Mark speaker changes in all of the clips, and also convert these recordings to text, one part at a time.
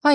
Speaker 1: 欢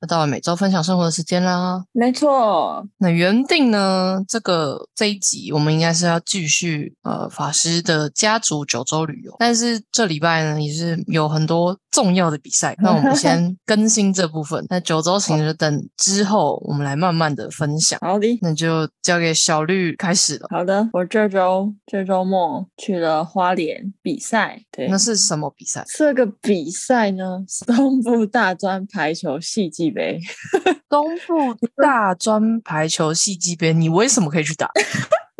Speaker 1: 又到了每周分享生活的时间啦。
Speaker 2: 没错，
Speaker 1: 那原定呢，这个这一集我们应该是要继续呃法师的家族九州旅游，但是这礼拜呢也是有很多重要的比赛，那 我们先更新这部分。那九州行就等之后我们来慢慢的分享，
Speaker 2: 好的，
Speaker 1: 那就交给小绿开始了。
Speaker 2: 好的。我这周这周末去了花莲比赛，对
Speaker 1: 那，是什么比赛？
Speaker 2: 这个比赛呢是东部大专排球戏剧杯，
Speaker 1: 东部大专排球系级别，你为什么可以去 打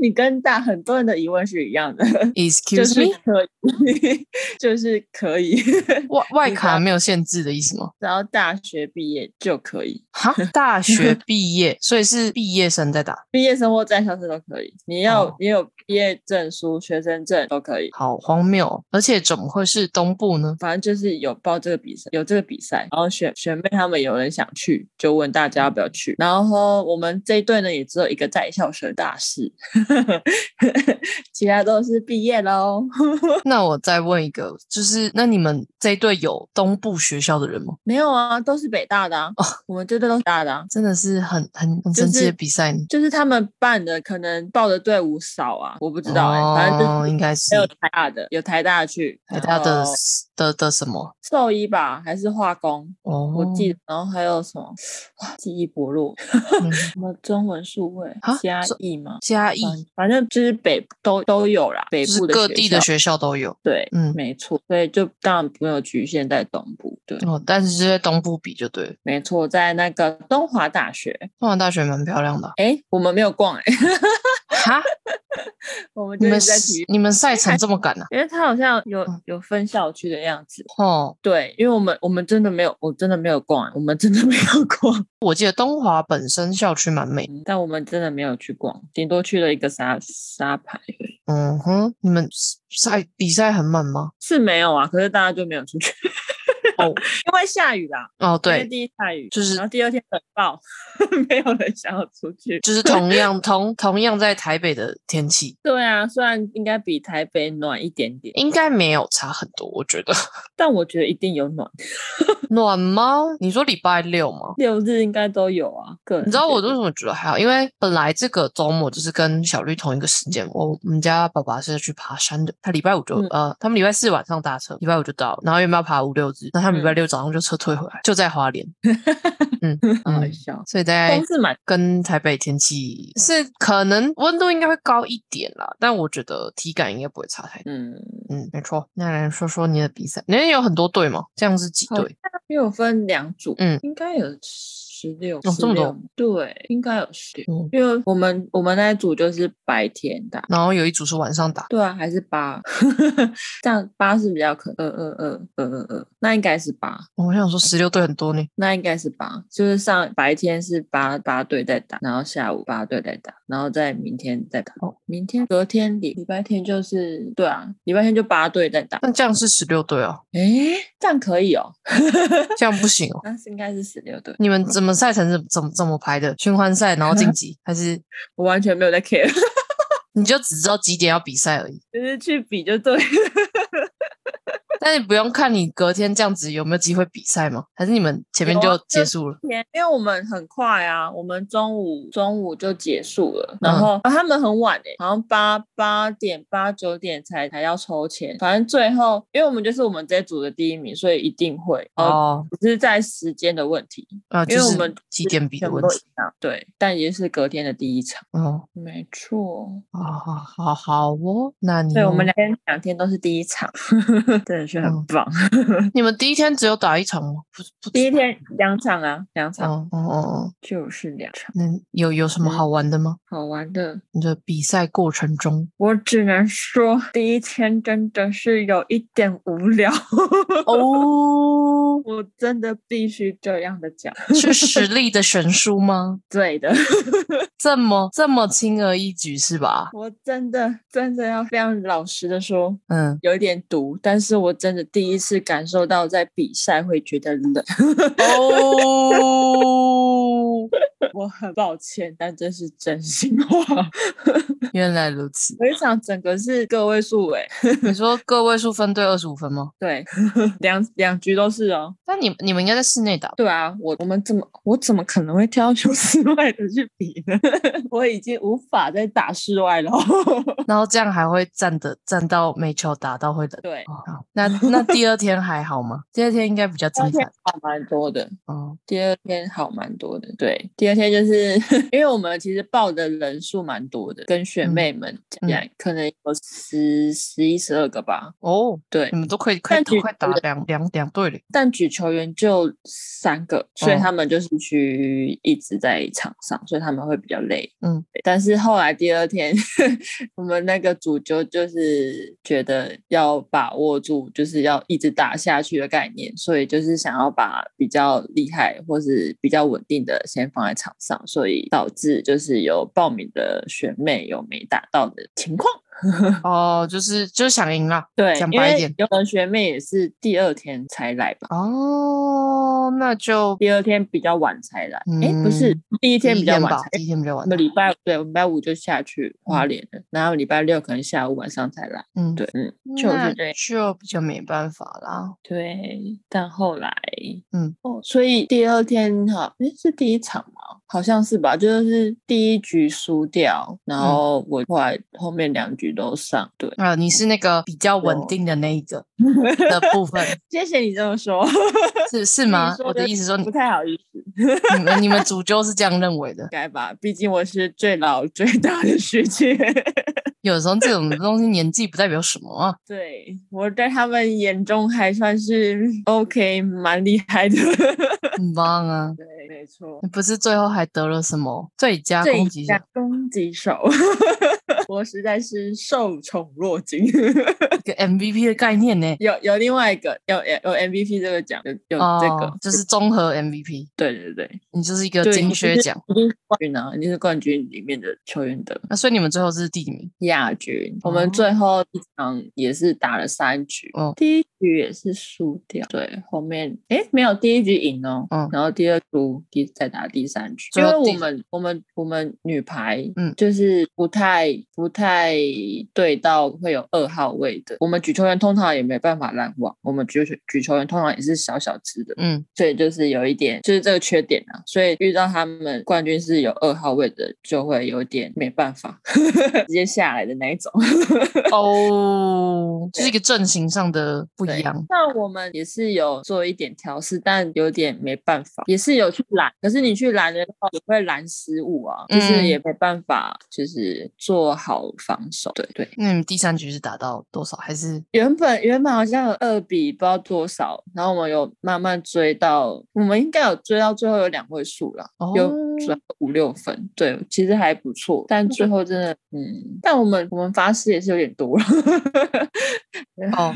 Speaker 2: 你跟大很多人的疑问是一样的，就
Speaker 1: ？Excuse
Speaker 2: 是
Speaker 1: me，
Speaker 2: 可以， 就是可以，
Speaker 1: 外外
Speaker 2: 你
Speaker 1: 卡
Speaker 2: 打
Speaker 1: 没有限制的意思吗？
Speaker 2: 然后大学毕业就可以，
Speaker 1: 哈，大学毕业，所以是毕业生在打，
Speaker 2: 毕业生活在校生都可以，你要、
Speaker 1: 哦
Speaker 2: 你有毕业证书、学生证都可以。
Speaker 1: 好荒谬哦！而且怎么会是东部呢？
Speaker 2: 反正就是有报这个比赛，有这个比赛，然后学学妹他们有人想去，就问大家要不要去。然后我们这一队呢，也只有一个在校生大四， 其他都是毕业喽。
Speaker 1: 那我再问一个，就是那你们这一队有东部学校的人吗？
Speaker 2: 没有啊，都是北大的啊，我们这队都是大的啊。
Speaker 1: 真的是很很很
Speaker 2: 就
Speaker 1: 神奇的
Speaker 2: 是
Speaker 1: 比赛呢，
Speaker 2: 就是他们办的，可能报的队伍少啊，我不知道哎、反正
Speaker 1: 哦
Speaker 2: 就是
Speaker 1: 应该是
Speaker 2: 没有呃台大的，有台大的去，
Speaker 1: 台大的
Speaker 2: 然后
Speaker 1: 的的什么？
Speaker 2: 兽医吧，还是化工，
Speaker 1: 哦，
Speaker 2: 我记得，然后还有什么记忆薄弱，
Speaker 1: 嗯
Speaker 2: 什么中文数位
Speaker 1: 啊
Speaker 2: 加
Speaker 1: 这
Speaker 2: 义吗？
Speaker 1: 嘉义
Speaker 2: 反反正就是北都都有啦，北
Speaker 1: 就是
Speaker 2: 部的
Speaker 1: 各
Speaker 2: 学
Speaker 1: 地
Speaker 2: 校
Speaker 1: 的学校都有，
Speaker 2: 对，
Speaker 1: 嗯
Speaker 2: 没错，所以就当然不有局限在东部，对，
Speaker 1: 哦，但是是在东部比就对了。
Speaker 2: 没错，在那个东华大学，
Speaker 1: 东华大学蛮漂亮的啊，
Speaker 2: 哎，我们没有逛哎、诶
Speaker 1: 哈，
Speaker 2: 我们
Speaker 1: 你
Speaker 2: 就
Speaker 1: 们
Speaker 2: 是在体育，
Speaker 1: 你们赛程这么赶啊？
Speaker 2: 因为它好像有
Speaker 1: 嗯
Speaker 2: 有分校区的样子，
Speaker 1: 哦，
Speaker 2: 对，因为我们我们真的没有，我真的没有逛，我们真的没有逛，
Speaker 1: 我记得东华本身校区蛮美，
Speaker 2: 嗯但我们真的没有去逛，顶多去了一个沙沙排而已。
Speaker 1: 嗯哼，你们赛比赛很满吗？
Speaker 2: 是没有啊，可是大家就没有出去，
Speaker 1: 哦
Speaker 2: 因为下雨啦。
Speaker 1: 哦，
Speaker 2: 因为
Speaker 1: 对，
Speaker 2: 第一下雨，
Speaker 1: 就是
Speaker 2: 然后第二天冷爆， 没有人想要出去。
Speaker 1: 就是同 样同同样在台北的天气，
Speaker 2: 对啊，虽然应该比台北暖一点点，
Speaker 1: 应该没有差很多，我觉得
Speaker 2: 但我觉得一定有暖。
Speaker 1: 暖吗？你说礼拜六吗？
Speaker 2: 六日应该都有啊。个人
Speaker 1: 你知道我
Speaker 2: 觉
Speaker 1: 为
Speaker 2: 得
Speaker 1: 什么觉得还好？因为本来这个周末就是跟小绿同一个时间，我我们家爸爸是去爬山的，他礼拜五就、
Speaker 2: 嗯
Speaker 1: 呃，他们礼拜四晚上搭车，礼拜五就到了，然后原本要爬五六日，那他们礼拜
Speaker 2: 嗯
Speaker 1: 六早上就撤退回来，就在花 莲，嗯，
Speaker 2: 好
Speaker 1: 嗯
Speaker 2: 笑，
Speaker 1: 所以在
Speaker 2: 光是买
Speaker 1: 跟台北天气是可能温度应该会高一点啦，但我觉得体感应该不会差太多。
Speaker 2: 嗯，
Speaker 1: 嗯，没错。那来说说你的比赛，你那有很多队吗？这样是几
Speaker 2: 好
Speaker 1: 队？
Speaker 2: 因为我分两组，
Speaker 1: 嗯
Speaker 2: 应该有十六，
Speaker 1: 哦这么多
Speaker 2: 16，对，应该有十六，
Speaker 1: 嗯，
Speaker 2: 因为我们我们那一组就是白天打，
Speaker 1: 然后有一组是晚上打，
Speaker 2: 对啊，还是八， 这样八是比较可，呃呃呃呃呃呃，那应该是八，
Speaker 1: 我想说十六队很多呢。
Speaker 2: 那应该是八，就是上白天是八八队在打，然后下午八队在打，然后再明天再打。
Speaker 1: 哦
Speaker 2: 明天隔天礼礼拜天就是对啊，礼拜天就八队在打。
Speaker 1: 那这样是十六队哦，
Speaker 2: 诶，这样可以哦，
Speaker 1: 这样不行哦。
Speaker 2: 那是应该是十六队，
Speaker 1: 你们怎么赛程怎么怎么怎么排的？循环赛，然后晋级，还是
Speaker 2: 我完全没有在 care，
Speaker 1: 你就只知道几点要比赛而已？
Speaker 2: 就是去比就对了。
Speaker 1: 但是不用看你隔天这样子有没有机会比赛吗？还是你们前面
Speaker 2: 有
Speaker 1: 就
Speaker 2: 啊
Speaker 1: 结
Speaker 2: 就
Speaker 1: 束了？
Speaker 2: 天，因为我们很快啊，我们中午中午就结束了，
Speaker 1: 嗯
Speaker 2: 然后、啊他们很晚诶、好像八八点八九点才才要抽签，反正最后因为我们就是我们这组的第一名，所以一定会哦，
Speaker 1: 哦，
Speaker 2: 只是在时间的问题，
Speaker 1: 呃，
Speaker 2: 因
Speaker 1: 就
Speaker 2: 为我
Speaker 1: 是
Speaker 2: 们
Speaker 1: 几点比的
Speaker 2: 全
Speaker 1: 问
Speaker 2: 部
Speaker 1: 题。
Speaker 2: 一样，对，但也是隔天的第一场，
Speaker 1: 哦，
Speaker 2: 没错，
Speaker 1: 好好哦好好哦，那你
Speaker 2: 对我
Speaker 1: 有
Speaker 2: 们两天两天都是第一场， 真的
Speaker 1: 嗯
Speaker 2: 是很棒，
Speaker 1: 你们第一天只有打一场吗？不是不止
Speaker 2: 第一天两场啊，两场、
Speaker 1: 哦哦哦哦，
Speaker 2: 就是两场，
Speaker 1: 那有有什么
Speaker 2: 嗯
Speaker 1: 好玩的吗？
Speaker 2: 好玩的。
Speaker 1: 你的比赛过程中
Speaker 2: 我只能说，第一天真的是有一点无聊，
Speaker 1: 哦，
Speaker 2: 我真的必须这样的讲，
Speaker 1: 是实 力的悬殊吗？
Speaker 2: 对的，
Speaker 1: 这么这么轻而易举是吧？
Speaker 2: 我真的真的要非常老实的说，
Speaker 1: 嗯，
Speaker 2: 有一点毒，但是我真的第一次感受到在比赛会觉得冷，
Speaker 1: 哦，
Speaker 2: 我很抱歉，但这是真心话。
Speaker 1: 原来如此。
Speaker 2: 我一场整个是个位数哎、
Speaker 1: 你说个位数分对二十五分吗？
Speaker 2: 对， 两两局都是哦。
Speaker 1: 但你你们应该在室内打吧，
Speaker 2: 对啊，我我们怎么我怎么可能会挑球 室外的去比呢？ 我已经无法再打室外了。
Speaker 1: 然后这样还会站的站到没球打到会冷。
Speaker 2: 对，
Speaker 1: 哦好那那第二天还好吗？第二天应该比较
Speaker 2: 第二
Speaker 1: 精
Speaker 2: 天
Speaker 1: 彩
Speaker 2: 好蛮多的，
Speaker 1: 哦。
Speaker 2: 第二天好蛮多的。对，第二天就是 因为我们其实报的人数蛮多的，跟学妹们加起来、可能有十十一十二个吧。
Speaker 1: 哦，
Speaker 2: 对
Speaker 1: 你，们都可以快
Speaker 2: 但其
Speaker 1: 快打
Speaker 2: 实
Speaker 1: 两两两队了。
Speaker 2: 但举球员就三个，所以
Speaker 1: 哦
Speaker 2: 他们就是去一直在场上，所以他们会比较累。
Speaker 1: 嗯
Speaker 2: 对，但是后来第二天， 我们那个主就就是觉得要把握住，就是要一直打下去的概念，所以就是想要把比较厉害或是比较稳定的先放在场上，所以导致就是有报名的学妹有没打到的情况。
Speaker 1: 哦，就是就是想赢啦。
Speaker 2: 对，
Speaker 1: 讲
Speaker 2: 因
Speaker 1: 白一
Speaker 2: 为
Speaker 1: 点
Speaker 2: 有的学妹也是第二天才来吧。
Speaker 1: 哦，那就
Speaker 2: 第二天比较晚才来，哎、不是
Speaker 1: 嗯
Speaker 2: 第一天
Speaker 1: 第
Speaker 2: 比
Speaker 1: 一
Speaker 2: 较
Speaker 1: 天
Speaker 2: 晚
Speaker 1: 吧
Speaker 2: 才，
Speaker 1: 第一天比较
Speaker 2: 我
Speaker 1: 晚打。
Speaker 2: 们礼拜对，我们礼拜五就下去花莲了，然后礼拜六可能下午晚上才来。
Speaker 1: 嗯，
Speaker 2: 对，嗯，就是
Speaker 1: 那
Speaker 2: 这样
Speaker 1: 就比较没办法啦。
Speaker 2: 对，但后来，
Speaker 1: 嗯，
Speaker 2: 哦，所以第二天哈，诶，是第一场吗？好像是吧，就是第一局输掉，然后我后来后面两局都上。对，
Speaker 1: 啊，你是那个比较稳
Speaker 2: 有
Speaker 1: 定的那一 个的部分，
Speaker 2: 谢谢你这么说，
Speaker 1: 是是吗？
Speaker 2: 说
Speaker 1: 我的
Speaker 2: 的
Speaker 1: 意思说你
Speaker 2: 不太好意思，
Speaker 1: 你们你们主就是这样认为的
Speaker 2: 应。该吧，毕竟我是最老最大的学姐。
Speaker 1: 有时候这种东西年纪不代表什么啊。
Speaker 2: 对，我在他们眼中还算是 OK，蛮厉害的。
Speaker 1: 很棒啊！
Speaker 2: 对，没错。
Speaker 1: 你不是最后还得了什么最佳
Speaker 2: 这
Speaker 1: 攻
Speaker 2: 一
Speaker 1: 击手
Speaker 2: 下？攻击手， 我实在是受宠若惊。
Speaker 1: 一个 MVP 的概念呢？
Speaker 2: 有有另外一个有有有 MVP 这个奖，有有嗯这个，
Speaker 1: 哦，就是综合 MVP，
Speaker 2: 对对对，
Speaker 1: 你就是一个
Speaker 2: 对
Speaker 1: 金
Speaker 2: 你
Speaker 1: 靴
Speaker 2: 是
Speaker 1: 奖。
Speaker 2: 你是冠军啊，你是冠军里面的球员的
Speaker 1: 那所以你们最后是第几名？
Speaker 2: 亚军。我
Speaker 1: 哦
Speaker 2: 们最后一场也是打了三局，
Speaker 1: 哦
Speaker 2: 第一局也是输掉，对，后面诶没有第一局赢哦，
Speaker 1: 嗯
Speaker 2: 然后第二局第再打第三局，
Speaker 1: 最
Speaker 2: 因
Speaker 1: 后
Speaker 2: 为我
Speaker 1: 第
Speaker 2: 们我们我们女排，
Speaker 1: 嗯
Speaker 2: 就是不太不太对到会有二号位的，我们举球员通常也没办法拦网，我们举球举球员通常也是小小只的，
Speaker 1: 嗯，
Speaker 2: 所以就是有一点，就是这个缺点啊，所以遇到他们冠军是有二号位的，就会有点没办法， 直接下来的那一种。
Speaker 1: 哦，就是一个阵型上的不一
Speaker 2: 对
Speaker 1: 样。
Speaker 2: 那我们也是有做一点调试，但有点没办法，也是有去拦，可是你去拦的话，也会拦失误啊，就是
Speaker 1: 嗯
Speaker 2: 也没办法，就是做好防守。对对，
Speaker 1: 那你们第三局是打到多少？还是
Speaker 2: 原本原本好像有二比不知道多少，然后我们有慢慢追到，我们应该有追到最后有两位数了，
Speaker 1: 哦
Speaker 2: 有追到五六分，对，其实还不错，但最后真的，嗯，但我们我们发誓也是有点多了，
Speaker 1: 哦，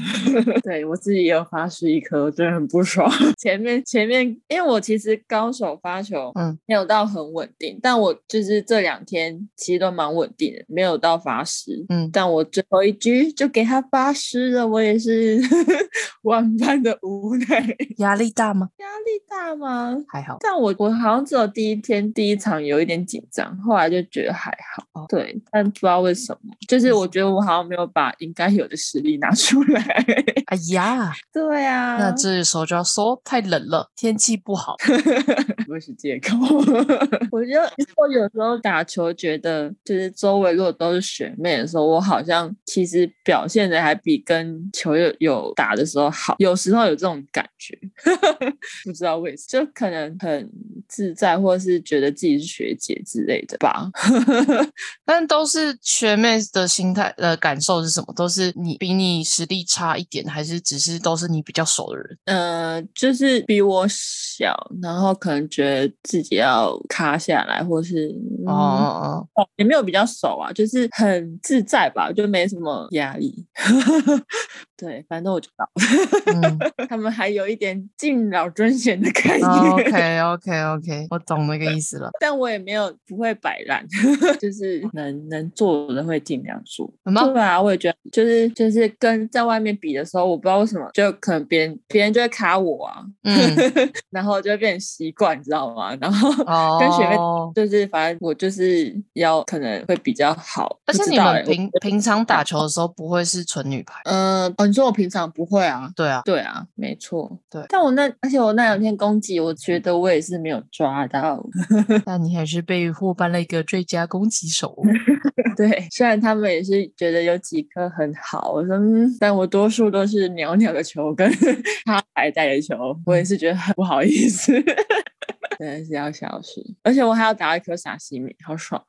Speaker 2: 对我自己也有发誓一颗，我真的很不爽。 前面前面，因为我其实高手发球，
Speaker 1: 嗯，
Speaker 2: 没有到很稳定，但我就是这两天其实都蛮稳定的，没有到罚失，
Speaker 1: 嗯
Speaker 2: 但我最后一局就给他罚失了，我也是 万般的无奈， 压力
Speaker 1: 压力大吗？
Speaker 2: 大吗？
Speaker 1: 还好。
Speaker 2: 但我我好像只有第一天第一场有一点紧张，后来就觉得还好。
Speaker 1: 哦
Speaker 2: 对，但不知道为什么，就是我觉得我好像没有把应该有的实力拿出来。
Speaker 1: 哎呀，
Speaker 2: 对啊，
Speaker 1: 那这时候就要说太冷了，天气不好。
Speaker 2: 不是借口。 我觉得我有时候打球觉得，就是周围如果都是学妹的时候，我好像其实表现的还比跟球友有打的时候好，有时候有这种感觉， 不知道为什么，就可能很自在，或是觉得自己是学姐之类的吧。
Speaker 1: 但都是学妹的心态呃感受是什么？都是你比你实力差一点，还是只是都是你比较熟的人？
Speaker 2: 呃，就是比我小，然后可能觉得自己要卡下来，或是嗯
Speaker 1: 哦哦
Speaker 2: 哦，也没有比较熟啊，就是很自在吧，就没什么压力。 对，反正我就老，
Speaker 1: 哦，嗯
Speaker 2: 他们还有一点敬老尊贤的概念。
Speaker 1: 哦，OK OK OK，我 懂那个意思了。
Speaker 2: 但我也没有不会摆烂， 就是能能做的会尽量做。
Speaker 1: 很棒
Speaker 2: 对啊，我也觉得，就是就是跟在外面比的时候，我不知道为什么，就可能别人别人就会卡我啊，
Speaker 1: 嗯，
Speaker 2: 然后就会变成习惯，你知道吗？然后
Speaker 1: 哦，
Speaker 2: 跟学妹就是反正我就是要可能会比较好。
Speaker 1: 而且
Speaker 2: 不知
Speaker 1: 你
Speaker 2: 道
Speaker 1: 们
Speaker 2: 欸
Speaker 1: 平平常打球的时候不会是纯女排？
Speaker 2: 嗯、哦，你说我平常不会啊，
Speaker 1: 对啊，
Speaker 2: 对啊，没错，
Speaker 1: 对
Speaker 2: 但我那，而且我那两天攻击，我觉得我也是没有抓到。
Speaker 1: 但你还是被获颁了一个最佳攻击 手。
Speaker 2: 对，虽然他们也是觉得有几颗很好，我说，嗯，但我多数都是鸟鸟的球跟 他白带的球，我
Speaker 1: 嗯
Speaker 2: 也是觉得很不好意思。 真的是要消失，而且我还要打一颗傻西米，好爽！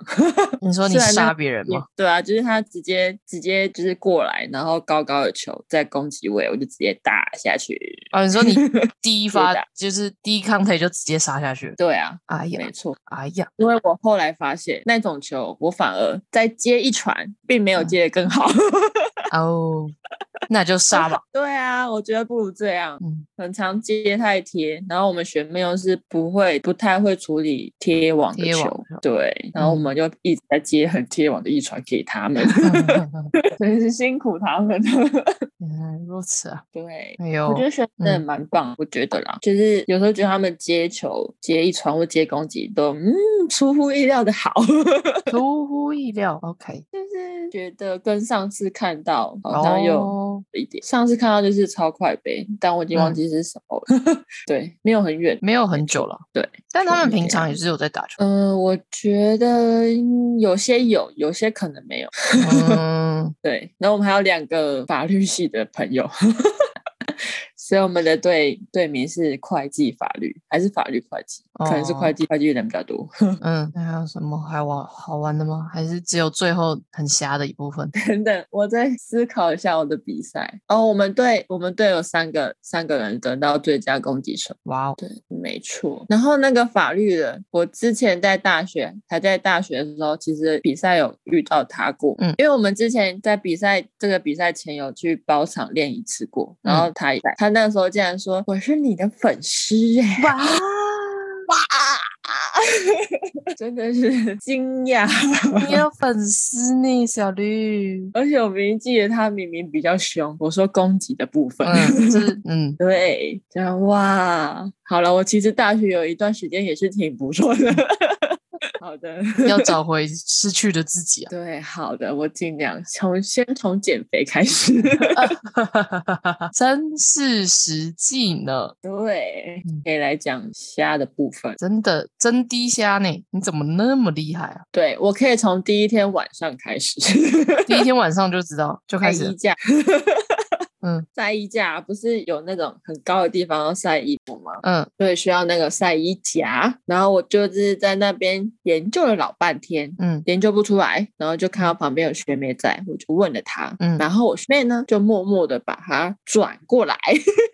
Speaker 1: 你说你
Speaker 2: 虽然那
Speaker 1: 杀
Speaker 2: 个
Speaker 1: 别人吗？
Speaker 2: 对啊，就是他直接直接就是过来，然后高高的球在攻击位，我就直接打下去。
Speaker 1: 啊，你说你 第一发
Speaker 2: 对的
Speaker 1: 就是第一抗腿就直接杀下去了。
Speaker 2: 对啊，
Speaker 1: 哎呀
Speaker 2: 没，错。
Speaker 1: 哎呀，
Speaker 2: 因为我后来发现那种球，我反而在接一传，并没有
Speaker 1: 嗯
Speaker 2: 接得更好。
Speaker 1: 哦，那就杀吧。
Speaker 2: 对啊，我觉得不如这样，
Speaker 1: 嗯，
Speaker 2: 很常接太贴，然后我们学妹又是不会、不太会处理贴网的
Speaker 1: 贴网
Speaker 2: 球
Speaker 1: 的球，嗯
Speaker 2: 对，然后我们就一直在接很贴网的一传给他们， 真是辛苦他们了。
Speaker 1: 原来如此啊！
Speaker 2: 对。
Speaker 1: 哎呦
Speaker 2: 我觉，得学妹真的
Speaker 1: 嗯
Speaker 2: 蛮棒，我觉得啦，就是有时候觉得他们接球、接一传或接攻击都嗯出乎意料的好，
Speaker 1: 出乎意料。OK，
Speaker 2: 就是觉得跟上次看到好像有
Speaker 1: 哦
Speaker 2: 一点，上次看到就是超快杯，但我已经忘
Speaker 1: 嗯
Speaker 2: 记是什么了。 对，没有很远。
Speaker 1: 没有很久了。
Speaker 2: 对，
Speaker 1: 但他
Speaker 2: 就
Speaker 1: 们
Speaker 2: 是
Speaker 1: 平
Speaker 2: 这
Speaker 1: 常
Speaker 2: 样
Speaker 1: 也是有在打 球。
Speaker 2: 嗯、我觉得有些有，有些可能没有。
Speaker 1: 嗯，
Speaker 2: 对，然后我们还有两个法律系的朋友， 所以我们的队队名是会计法律，还是法律会计？可能是
Speaker 1: 哦
Speaker 2: 会计，会计人比较多。
Speaker 1: 嗯，那还有什么还玩好玩的吗？还是只有最后很瞎的一部分？
Speaker 2: 等等，我再思考一下我的比赛。哦，我们队我们队有三个三个人得到最佳攻击手，
Speaker 1: 哇哦，
Speaker 2: 对，没错。然后那个法律的，我之前在大学还在大学的时候，其实比赛有遇到他过，
Speaker 1: 嗯
Speaker 2: 因为我们之前在比赛这个比赛前有去包场练一次过，然
Speaker 1: 嗯
Speaker 2: 后他、他那时候竟然说我是你的粉丝哎、
Speaker 1: 哇，
Speaker 2: 真的是 惊讶。
Speaker 1: 你有粉丝呢，小 绿。
Speaker 2: 而且我明明记得他明明比较凶，我说攻击的部分，
Speaker 1: 嗯，就是嗯，
Speaker 2: 对，这样哇，好了，我其实大学有一段时间也是挺不错的。 好的，
Speaker 1: 要找回失去的自己啊。
Speaker 2: 对，好的，我尽量从先从减肥开始。
Speaker 1: 真是实际呢，
Speaker 2: 对
Speaker 1: 嗯，
Speaker 2: 可以来讲虾的部分。
Speaker 1: 真的真低虾呢！你怎么那么厉害啊？
Speaker 2: 对我可以从第一天晚上开始，
Speaker 1: 第一天晚上就知道，就
Speaker 2: 晒
Speaker 1: 开始
Speaker 2: 衣
Speaker 1: 了。
Speaker 2: 架。
Speaker 1: 嗯，
Speaker 2: 晒衣架不是有那种很高的地方要晒衣服吗？
Speaker 1: 嗯，
Speaker 2: 对，需要那个晒衣夹。然后我就是在那边研究了老半天，
Speaker 1: 嗯，
Speaker 2: 研究不出来，然后就看到旁边有学妹在，我就问了她，
Speaker 1: 嗯
Speaker 2: 然后我学妹呢就默默的把它转过来，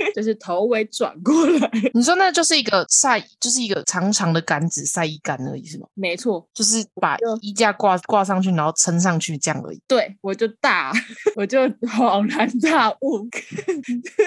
Speaker 2: 就是头尾转过来，
Speaker 1: 你说那就是一个晒，就是一个长长的杆子晒衣杆而已，是吗？
Speaker 2: 没错，
Speaker 1: 就是把
Speaker 2: 就
Speaker 1: 衣架挂挂上去，然后撑上去这样而已。
Speaker 2: 对我就大， 我就恍然大悟，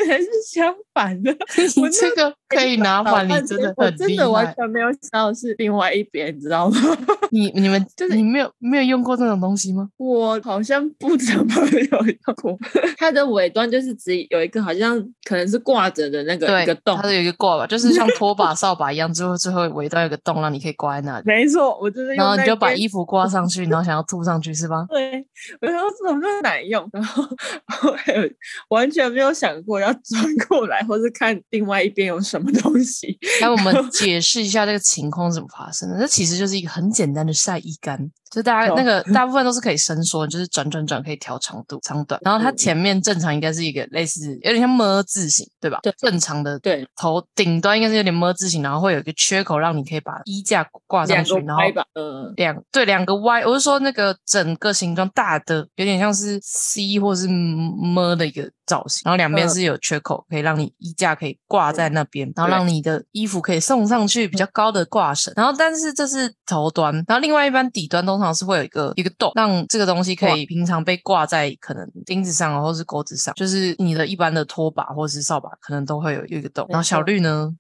Speaker 2: 还是相反的，
Speaker 1: 你这个可以拿
Speaker 2: 老
Speaker 1: 碗，你
Speaker 2: 半
Speaker 1: 真
Speaker 2: 天
Speaker 1: 的
Speaker 2: 我
Speaker 1: 很
Speaker 2: 真
Speaker 1: 厉
Speaker 2: 的完
Speaker 1: 害。
Speaker 2: 全没有想到是另外一边，你知道吗？
Speaker 1: 你你 们
Speaker 2: 就是
Speaker 1: 你没有没有用过这种东西吗？
Speaker 2: 我好像不怎么有用过， 它的尾端就是只有一个，好像可能是挂着的那个
Speaker 1: 对，
Speaker 2: 一个洞
Speaker 1: 它。是有一个挂把， 就是像拖把、扫把一样，最后最后尾端有个洞，让你可以挂在那 里。
Speaker 2: 没错，我就是用
Speaker 1: 然后你
Speaker 2: 那
Speaker 1: 就把
Speaker 2: 边
Speaker 1: 衣服挂上去，然后想要吐上去是吧？
Speaker 2: 对，我想说这种就是难用，然后 我还有完全没有想过要转过来，或是看另外一边有什么东西。
Speaker 1: 来，我 们解释一下这个情况是怎么发生的。这其实就是一个很简单的晒衣杆，就是大家那
Speaker 2: 哦
Speaker 1: 个大部分都是可以伸缩，就是转转转可以调长度、长短。然后它
Speaker 2: 嗯嗯
Speaker 1: 前面正常应该是一个类似有点像么字形，对吧？
Speaker 2: 对
Speaker 1: 正常的
Speaker 2: 对，
Speaker 1: 头顶端应该是有点么字形，然后会有一个缺口，让你可以把衣架挂上
Speaker 2: 两
Speaker 1: 去
Speaker 2: 个，
Speaker 1: 然后
Speaker 2: 歪吧，嗯，
Speaker 1: 两对两个 Y，我是说那个整个形状大的有点像是 C 或是么的一个造型，然后两边
Speaker 2: 嗯
Speaker 1: 是有缺口，可以让你衣架可以挂在那边，然后
Speaker 2: 对
Speaker 1: 让你的衣服可以送上去比较高的挂绳。然后但是这是头端，然后另外一般底端通常是会有一个一个洞，让这个东西可以平常被挂在可能钉子上啊或是钩子上，就是你的一般的拖把或是扫把可能都会有有一个洞。
Speaker 2: 没
Speaker 1: 然后小
Speaker 2: 错
Speaker 1: 绿呢，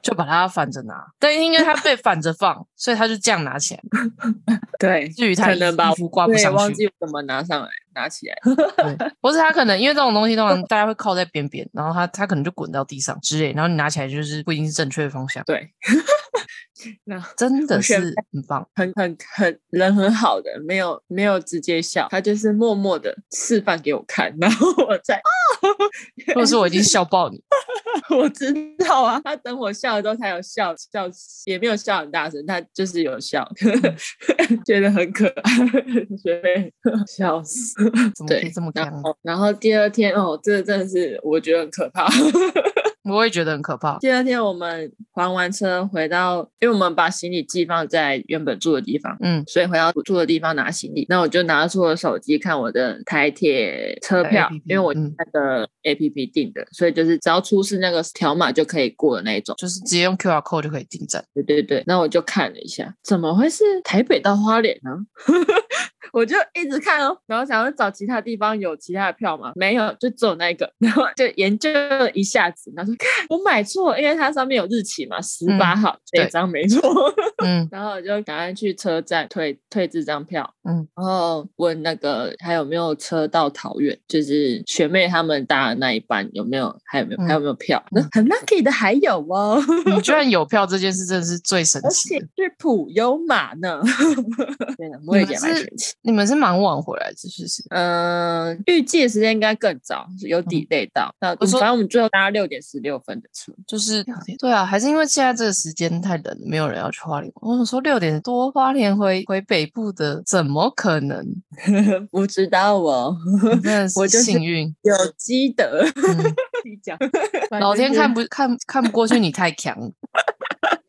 Speaker 1: 就把它反着拿。但因为它被反着放，所以它就这样拿起来。
Speaker 2: 对，
Speaker 1: 至于它
Speaker 2: 可能吧
Speaker 1: 衣服挂不
Speaker 2: 对
Speaker 1: 上
Speaker 2: 忘
Speaker 1: 去，
Speaker 2: 记怎么拿上来，拿起来。
Speaker 1: 对，或是它可能因为这种东西通常大家会靠在边边，然后它它可能就滚到地上之类，然后你拿起来就是不一定是正确的方向。
Speaker 2: 对， 那
Speaker 1: 真的
Speaker 2: 我选
Speaker 1: 是很棒，
Speaker 2: 很很很人很好的，没有没有直接笑，他就是默默的示范给我看，然后我再
Speaker 1: 如果是我已经笑爆你，
Speaker 2: 我知道啊，他等我笑的时候才有笑笑，也没有笑很大声，他就是有笑，
Speaker 1: 嗯
Speaker 2: 觉得很可爱，学妹笑死。
Speaker 1: 怎么可以
Speaker 2: 对
Speaker 1: 这么
Speaker 2: 然
Speaker 1: 干？
Speaker 2: 后然后第二天哦，这真的是我觉得很可怕。
Speaker 1: 我也觉得很可怕。
Speaker 2: 第二天我们还完车回到，因为我们把行李寄放在原本住的地方。
Speaker 1: 嗯，
Speaker 2: 所以回到住的地方拿行李，那我就拿出我手机看我的台铁车票
Speaker 1: 的 APP，
Speaker 2: 因为我
Speaker 1: 嗯
Speaker 2: 那个 A P P 订的，所以就是只要出示那个条码就可以过的那一种。
Speaker 1: 就是直接用 QR code 就可以订站。
Speaker 2: 对对对，那我就看了一下，怎么会是台北到花莲呢？ 我就一直看哦，然后想要找其他地方有其他的票吗？没有，就只有那一个，然后就研究了一下子，然后说看我买错了，因为它上面有日期嘛，十八号、这一
Speaker 1: 嗯对
Speaker 2: 张没错。
Speaker 1: 嗯，
Speaker 2: 然后我就赶快去车站退退这张票，
Speaker 1: 嗯，
Speaker 2: 然后问那个还有没有车到桃园，就是学妹他们搭的那一班有没有，还有没有、还有没有票？那
Speaker 1: 嗯
Speaker 2: 很 lucky 的还有哦，
Speaker 1: 你居然有票这件事，真的是最神
Speaker 2: 而
Speaker 1: 奇
Speaker 2: 且
Speaker 1: 的。
Speaker 2: 是普悠玛 呢，对的，我也觉得蛮
Speaker 1: 是
Speaker 2: 神奇。
Speaker 1: 你们是蛮晚回来的，是不是？
Speaker 2: 嗯，预计的时间应该更早，有 delay 到。那、嗯
Speaker 1: 我说
Speaker 2: 反正我们最后搭六点十六分的车，
Speaker 1: 就是六点，对啊，还是因为现在这个时间太冷了，没有人要去花莲。我想说六点多花莲回回北部的，怎么可能？
Speaker 2: 不知道哦，
Speaker 1: 我真的
Speaker 2: 我就是
Speaker 1: 幸运，
Speaker 2: 有积 德。
Speaker 1: 嗯
Speaker 2: 你讲，
Speaker 1: 老天
Speaker 2: 不。
Speaker 1: 看不看看不过去，你太强了，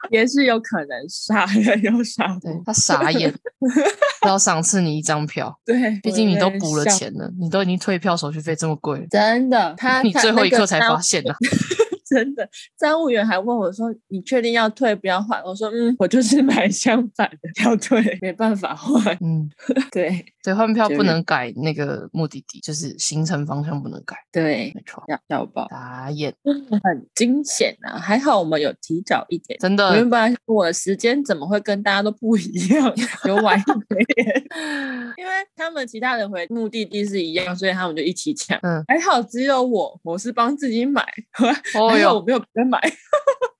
Speaker 2: 也是有可能傻人有傻
Speaker 1: 对
Speaker 2: 福，
Speaker 1: 他傻眼， 要赏赐你一张票，
Speaker 2: 对，
Speaker 1: 毕
Speaker 2: 我
Speaker 1: 竟你
Speaker 2: 在
Speaker 1: 都
Speaker 2: 那边
Speaker 1: 补了
Speaker 2: 笑，
Speaker 1: 钱了，你都已经退票手续费这么贵了，
Speaker 2: 真的，他
Speaker 1: 你
Speaker 2: 他
Speaker 1: 最后一刻才，
Speaker 2: 那
Speaker 1: 发
Speaker 2: 个
Speaker 1: 现啊呢、
Speaker 2: 站真的，站务员还问我说：“你确定要退，不要换？”我说：“嗯，我就是买相反的要退，没办法换。
Speaker 1: 嗯，”
Speaker 2: 对
Speaker 1: 对，换票
Speaker 2: 就
Speaker 1: 不
Speaker 2: 是
Speaker 1: 能改那个目的地，就是行程方向不能改，
Speaker 2: 对，
Speaker 1: 没错。
Speaker 2: 要要报
Speaker 1: 傻眼，
Speaker 2: 很惊险啊！还好我们有提早一点。
Speaker 1: 真
Speaker 2: 我
Speaker 1: 的
Speaker 2: 原本我的时间怎么会跟大家都不一样， 有晚一点， 因为他们其他人回目的地是一样，所以他们就一起抢。
Speaker 1: 嗯
Speaker 2: 还好只有我，我是帮自己买，
Speaker 1: 哦
Speaker 2: 还好
Speaker 1: 哟
Speaker 2: 我，没有跟买。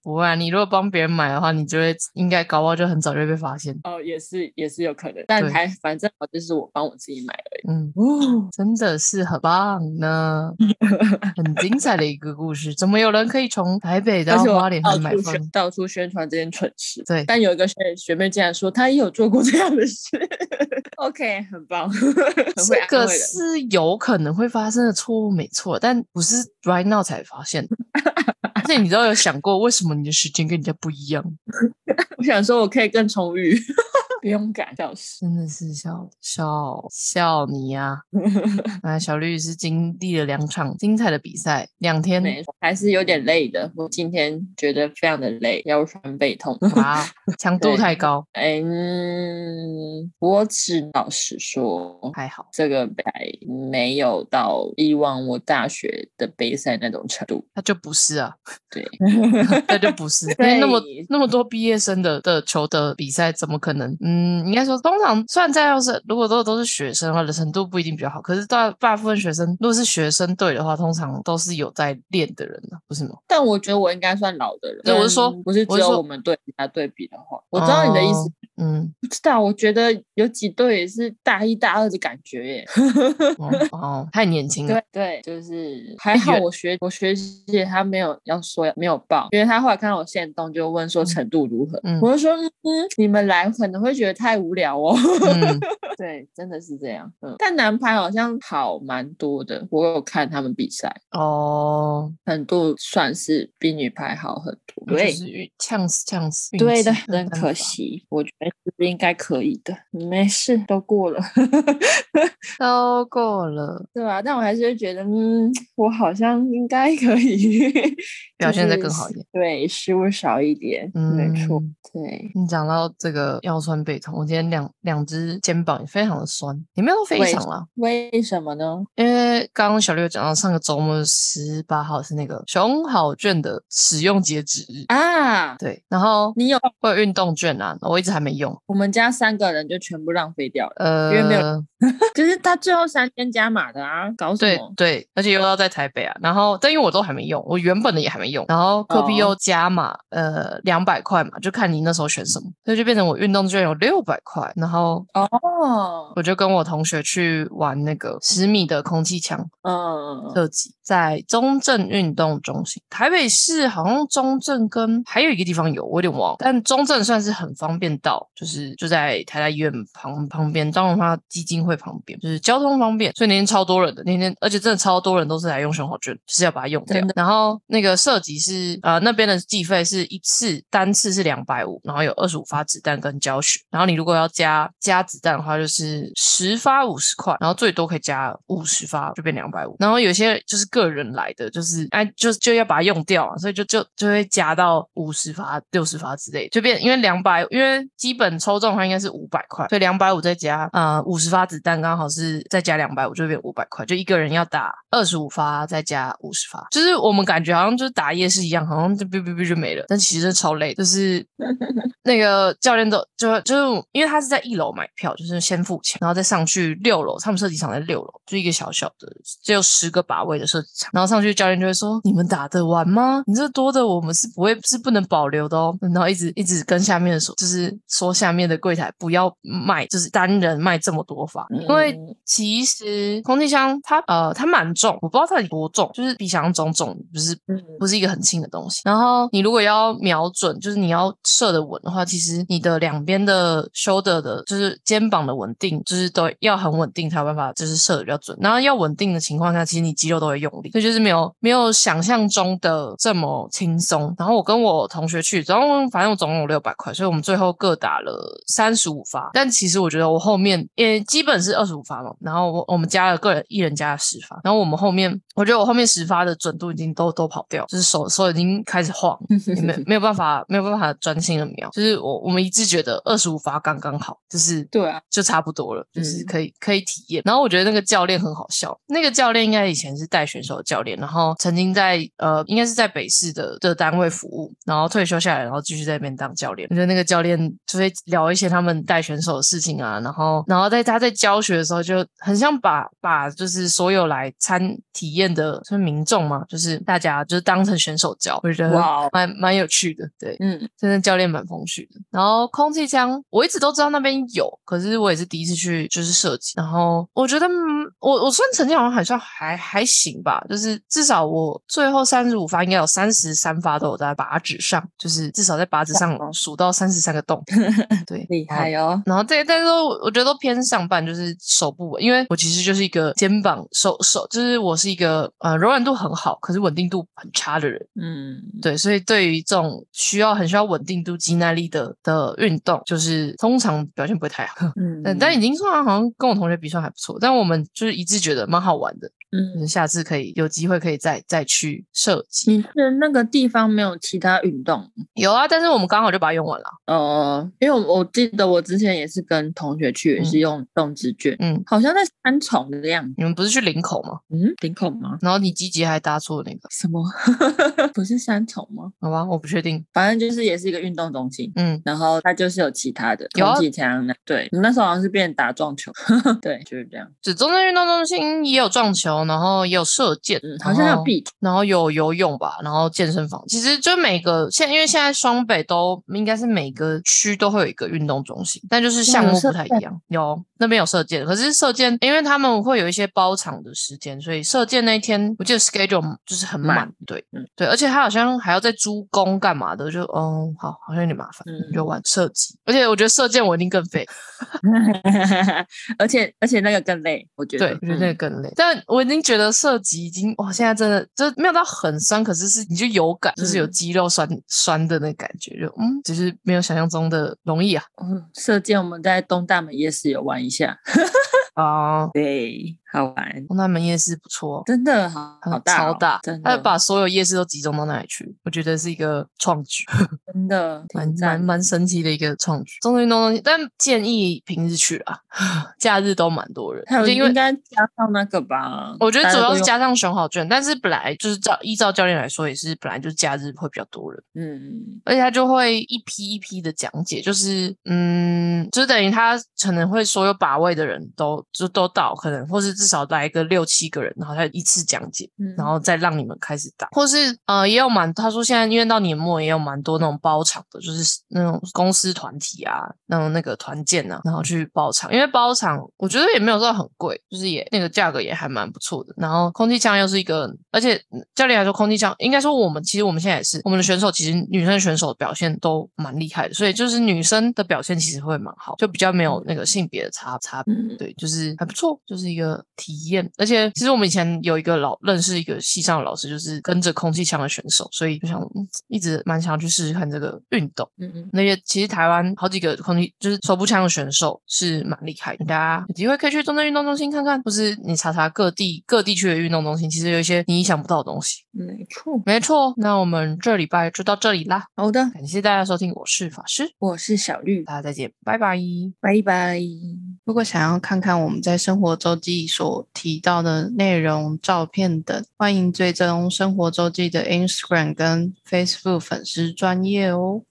Speaker 1: 不会、啊，你如果帮别人买的话，你就会应该搞不好就很早就会被发现。
Speaker 2: 哦，也是也是有可能，但
Speaker 1: 对
Speaker 2: 还反正好就是我帮我自己买而已。
Speaker 1: 嗯，
Speaker 2: 哦，
Speaker 1: 真的是很棒呢，很精彩的一个故事。怎么有人可以从台北
Speaker 2: 而
Speaker 1: 到
Speaker 2: 且我
Speaker 1: 花莲还
Speaker 2: 到
Speaker 1: 买
Speaker 2: 处
Speaker 1: 饭？
Speaker 2: 宣到处宣传这件蠢事。
Speaker 1: 对
Speaker 2: 但有一个学学妹竟然说她也有做过这样的事。OK，很 棒，很会
Speaker 1: 这
Speaker 2: 安
Speaker 1: 个
Speaker 2: 慰人。
Speaker 1: 是有可能会发生的错误，没错，但不是 right now 才发现的。而且你知道有想过为什么你的时间跟人家不一样？
Speaker 2: 我想说，我可以更充 裕，不用赶，笑死。
Speaker 1: 真的是笑笑笑你呀、啊！那小绿是经历了两场精彩的比赛，两天
Speaker 2: 没错，还是有点累的。我今天觉得非常的累，腰酸 背痛。
Speaker 1: 哇，哦强度
Speaker 2: 对
Speaker 1: 太高，
Speaker 2: 哎嗯，我只老实说，
Speaker 1: 还好。
Speaker 2: 这个杯没有到以往我大学的杯赛那种程度。
Speaker 1: 那就不是啊，
Speaker 2: 对，
Speaker 1: 那就不是，因为那么
Speaker 2: 对
Speaker 1: 那么多毕业生的的球的比赛，怎么可能？嗯，应该说，通常虽然在要是如果都都是学生的话，程度不一定比较好，可是大大部分学生，如果是学生队的话，通常都是有在练的人啊，不是吗？
Speaker 2: 但我觉得我应该算老的人。
Speaker 1: 对我是说
Speaker 2: 嗯不是
Speaker 1: 我
Speaker 2: 只
Speaker 1: 是
Speaker 2: 有
Speaker 1: 说
Speaker 2: 我们队其他队比的话，我知道你的意思
Speaker 1: 哦。嗯，
Speaker 2: 不知道，我觉得有几队也是大一大二的感觉 耶。
Speaker 1: 哦，哦太年轻了
Speaker 2: 对，对，就是还好
Speaker 1: 原
Speaker 2: 我学我学姐她没有要说没有报，因为她后来看到我现动就问说程度如何，
Speaker 1: 嗯
Speaker 2: 我就说嗯嗯，你们来可能会觉得太无聊哦。
Speaker 1: 嗯，
Speaker 2: 对，真的是这样。嗯，但男排好像好蛮多的，我有看他们比赛，
Speaker 1: 哦，
Speaker 2: 程度算是比女排好很多。
Speaker 1: 就
Speaker 2: 对。
Speaker 1: 是运呛死呛死，运
Speaker 2: 对的，
Speaker 1: 气
Speaker 2: 很
Speaker 1: 办
Speaker 2: 可
Speaker 1: 法。
Speaker 2: 惜，我觉得是应该可以的，没事，都过了。
Speaker 1: 都过了，
Speaker 2: 对吧、但我还是会觉得，嗯，我好像应该可以
Speaker 1: 表现得
Speaker 2: 就是
Speaker 1: 更好一点。
Speaker 2: 对，失误少一点，没错
Speaker 1: 嗯，
Speaker 2: 对。
Speaker 1: 你讲到这个腰酸背痛，我今天两两只肩膀也非常的酸，也没有说非
Speaker 2: 为
Speaker 1: 常啦，
Speaker 2: 为什么呢？
Speaker 1: 因为刚刚小六有讲到上个周末十八号是那个熊好券的使用截止日，
Speaker 2: 啊，
Speaker 1: 对，然后
Speaker 2: 你有
Speaker 1: 会有运动券啊，我一直还没用，
Speaker 2: 我们家三个人就全部浪费掉了，
Speaker 1: 呃，
Speaker 2: 因为没有就是他最后三天加码的啊，搞什
Speaker 1: 对
Speaker 2: 么？
Speaker 1: 对，而且又要在台北啊，然后但因为我都还没用，我原本的也还没用，然后科比
Speaker 2: 哦
Speaker 1: 又加码、呃两百块嘛，就看你那时候选什么，所以就变成我运动券有六百块，然后
Speaker 2: 哦，
Speaker 1: 我就跟我同学去玩那个十米的空气墙
Speaker 2: 嗯，
Speaker 1: 特辑，在中正运动中心，台北市好像中正跟还有一个地方有，我有点忘了，但中正算是很方便到，就是就在台大医院旁旁边，张荣发基金会旁边，就是交通方便，所以那天超多人的，那天而且真的超多人都是来用熊好券，就是要把它用掉
Speaker 2: 真的。
Speaker 1: 然后那个设计是呃那边的计费是一次单次是两百五，然后有二十五发子弹跟教学，然后你如果要加加子弹的话，就是十发五十块，然后最多可以加五十发，就变两百五。然后有些就是个人来的，就是哎就就要把它用掉啊，所以就就就会加到五十发、六十发之类，就变因为两百，因为基本抽中的话应该是五百块，所以两百五再加呃五十发子弹，刚好是再加两百五，就变五百块，就一个人要打二十五发，再加五十发，就是我们感觉好像就是打夜市一样，好像就哔哔哔就没了，但其实真的超累，就是那个教练都就就是因为他是在一楼买票，就是先付钱，然后再上去六楼，他们射击场在六楼，就一个小小的只有十个靶位的射击场，然后上去教练就会说：“你们打得完吗？你这多的我们是不会是不能保留的哦。”然后一直一直跟下面的说，就是说下面的柜台不要卖，就是单人卖这么多发，因为
Speaker 2: 嗯
Speaker 1: 其实空气枪它呃它蛮重，我不知道它有多重，就是比想象中重，就是
Speaker 2: 嗯
Speaker 1: 不是一个很轻的东西。然后你如果要瞄准，就是你要射的稳的话，其实你的两边的 shoulder 的，就是肩膀的稳定，就是都要很稳定才有办法，就是射的比较准。然后要稳定的情况下，其实你肌肉都会用力，所以就是没有没有想象中的这么轻松。然后我跟我同学去，然后反正我总共有六百块，所以我们最后各打了三十五发。但其实我觉得我后面也基本是二十五发嘛，然后我我们加了个人一人加了十发，然后我们后面我觉得我后面十发的准度已经都都跑掉，就是手手已经开始晃，也没没有办法没有办法专心的瞄。就是我我们一致觉得二十五发刚刚好，就是
Speaker 2: 对啊，
Speaker 1: 就差不多了，就是
Speaker 2: 嗯
Speaker 1: 可以、可以体验。然后我觉得那个教练很好笑，那个教练应该以前是带选手的教练，然后曾经在呃应该是在北市的的单位服务，然后退休下来，然后继续在那边当教练。我觉得那个教练就会聊一些他们带选手的事情啊，然后然后在他在教学的时候就很像把把就是所有来参体验的就是民众嘛，就是大家就是当成选手教，我觉得
Speaker 2: 哇哦，
Speaker 1: 蛮蛮有趣的，对。
Speaker 2: 嗯
Speaker 1: 真的教练蛮风趣的。然后空气枪，我一直都知道那边有，可是我也是第一次去就是射击。然后我觉得，嗯我我算成绩好像还算还还行吧，就是至少我最后三十五发应该有三十三发都有在靶纸上，就是至少在靶纸上
Speaker 2: 哇哦
Speaker 1: 数到三十三个 洞。对，
Speaker 2: 厉
Speaker 1: 然后
Speaker 2: 害哦，
Speaker 1: 然后这，但是我我觉得都偏上半，就是手不稳，因为我其实就是一个肩膀手手，就是我是一个呃柔软度很好，可是稳定度很差的人。
Speaker 2: 嗯，
Speaker 1: 对，所以对于这种需要很需要稳定度、肌耐力的的运动，就是通常表现不会太好。
Speaker 2: 嗯
Speaker 1: 但但已经算好像跟我同学比算还不错，但我们就是一致觉得蛮好玩的，就
Speaker 2: 嗯
Speaker 1: 是，下次可以有机会可以再再去射击。
Speaker 2: 你是那个地方没有其他运动？
Speaker 1: 有啊，但是我们刚好就把它用完了。
Speaker 2: 呃，因为我我记得我之前也是跟同学去，也是用动之券，
Speaker 1: 嗯，
Speaker 2: 好像在三重的样子。
Speaker 1: 你们不是去林口吗？
Speaker 2: 嗯，林口吗？
Speaker 1: 然后你积极还搭错那个，
Speaker 2: 什么？ 不是三重吗？
Speaker 1: 好吧，我不确定。
Speaker 2: 反正就是也是一个运动中心。
Speaker 1: 嗯，
Speaker 2: 然后它就是有其他的
Speaker 1: 有
Speaker 2: 空
Speaker 1: 啊
Speaker 2: 气枪的，对，那时候好像是变打撞球， 对，就是这样，
Speaker 1: 只中正运动中心也有撞球，然后也有射箭，
Speaker 2: 嗯，好像还
Speaker 1: 然
Speaker 2: 有
Speaker 1: 后
Speaker 2: 壁球，
Speaker 1: 然后有游泳吧，然后健身房，其实就每个现因为现在双北都应该是每个区都会有一个运动中心，但就是项
Speaker 2: 有
Speaker 1: 目
Speaker 2: 射
Speaker 1: 不太一
Speaker 2: 箭
Speaker 1: 样。有那边有射箭，可是射箭因为他们会有一些包场的时间，所以射箭那一天我记得 schedule 就是很
Speaker 2: 满
Speaker 1: 满，对，
Speaker 2: 嗯
Speaker 1: 对，而且他好像还要在租工干嘛的，就嗯，好，好像有点啊麻烦。
Speaker 2: 嗯，
Speaker 1: 就玩射击，而且我觉得射箭我一定更废，
Speaker 2: 而且而且那个更累，我觉
Speaker 1: 对，
Speaker 2: 得，
Speaker 1: 我觉得那个
Speaker 2: 嗯
Speaker 1: 更累。但我已经觉得射击已经哇，现在真的就没有到很酸，可是是你就有感，就是有
Speaker 2: 嗯
Speaker 1: 肌肉酸酸的那感觉，就嗯，只是没有想象中的容易啊
Speaker 2: 哦嗯，射箭我们在东大门夜市有玩一下，
Speaker 1: 啊、
Speaker 2: 对，好玩，
Speaker 1: 东南门夜市不错，哦
Speaker 2: 真的好好大、
Speaker 1: 嗯超
Speaker 2: 哦，
Speaker 1: 大
Speaker 2: 真，
Speaker 1: 他
Speaker 2: 的
Speaker 1: 把所有夜市都集中到那里去，我觉得是一个创举，
Speaker 2: 真的
Speaker 1: 蛮蛮
Speaker 2: 挺赞的。
Speaker 1: 蛮神奇的一个创举。中运动东西，但建议平日去啦， 假日都蛮多人，
Speaker 2: 还有
Speaker 1: 我觉得因为
Speaker 2: 应该加上那个吧，
Speaker 1: 我觉得
Speaker 2: 大家
Speaker 1: 主要是
Speaker 2: 都
Speaker 1: 加上选好券，但是本来就是照依照教练来说，也是本来就是假日会比较多人，
Speaker 2: 用嗯，
Speaker 1: 而且他就会一批一批的讲解，就是嗯，就是等于他可能会所有把位的人都就都到，可能或是至少来个六七个人，然后他一次讲解，
Speaker 2: 嗯
Speaker 1: 然后再让你们开始打，或是呃也有蛮他说现在因为到年末也有蛮多那种包场的，就是那种公司团体啊，那种那个团建啊，然后去包场，因为包场我觉得也没有说很贵，就是也那个价格也还蛮不错的。然后空气枪又是一个，而且嗯教练来说，空气枪应该说我们其实我们现在也是我们的选手，其实女生选手表现都蛮厉害的，所以就是女生的表现其实会蛮好，就比较没有那个性别的差差别
Speaker 2: 嗯，
Speaker 1: 对，就是还不错，就是一个体验。而且其实我们以前有一个老认识一个系上的老师，就是跟着空气枪的选手，所以就想、嗯一直蛮想要去试试看这个运动。
Speaker 2: 嗯嗯，
Speaker 1: 那些其实台湾好几个空气就是手部枪的选手是蛮厉害的，大家有机会可以去中正运动中心看看，或是你查查各地各地区的运动中心，其实有一些你意想不到的东西。
Speaker 2: 嗯没错。
Speaker 1: 没错，哦那我们这礼拜就到这里啦，
Speaker 2: 好的，
Speaker 1: 感谢大家收听，我是法师，
Speaker 2: 我是小绿，
Speaker 1: 大家再见，拜拜。
Speaker 2: 拜拜。
Speaker 3: 如果想要看看我们在生活周记所提到的内容、照片等，欢迎追踪生活周记的 Instagram 跟 Facebook 粉丝专业哦。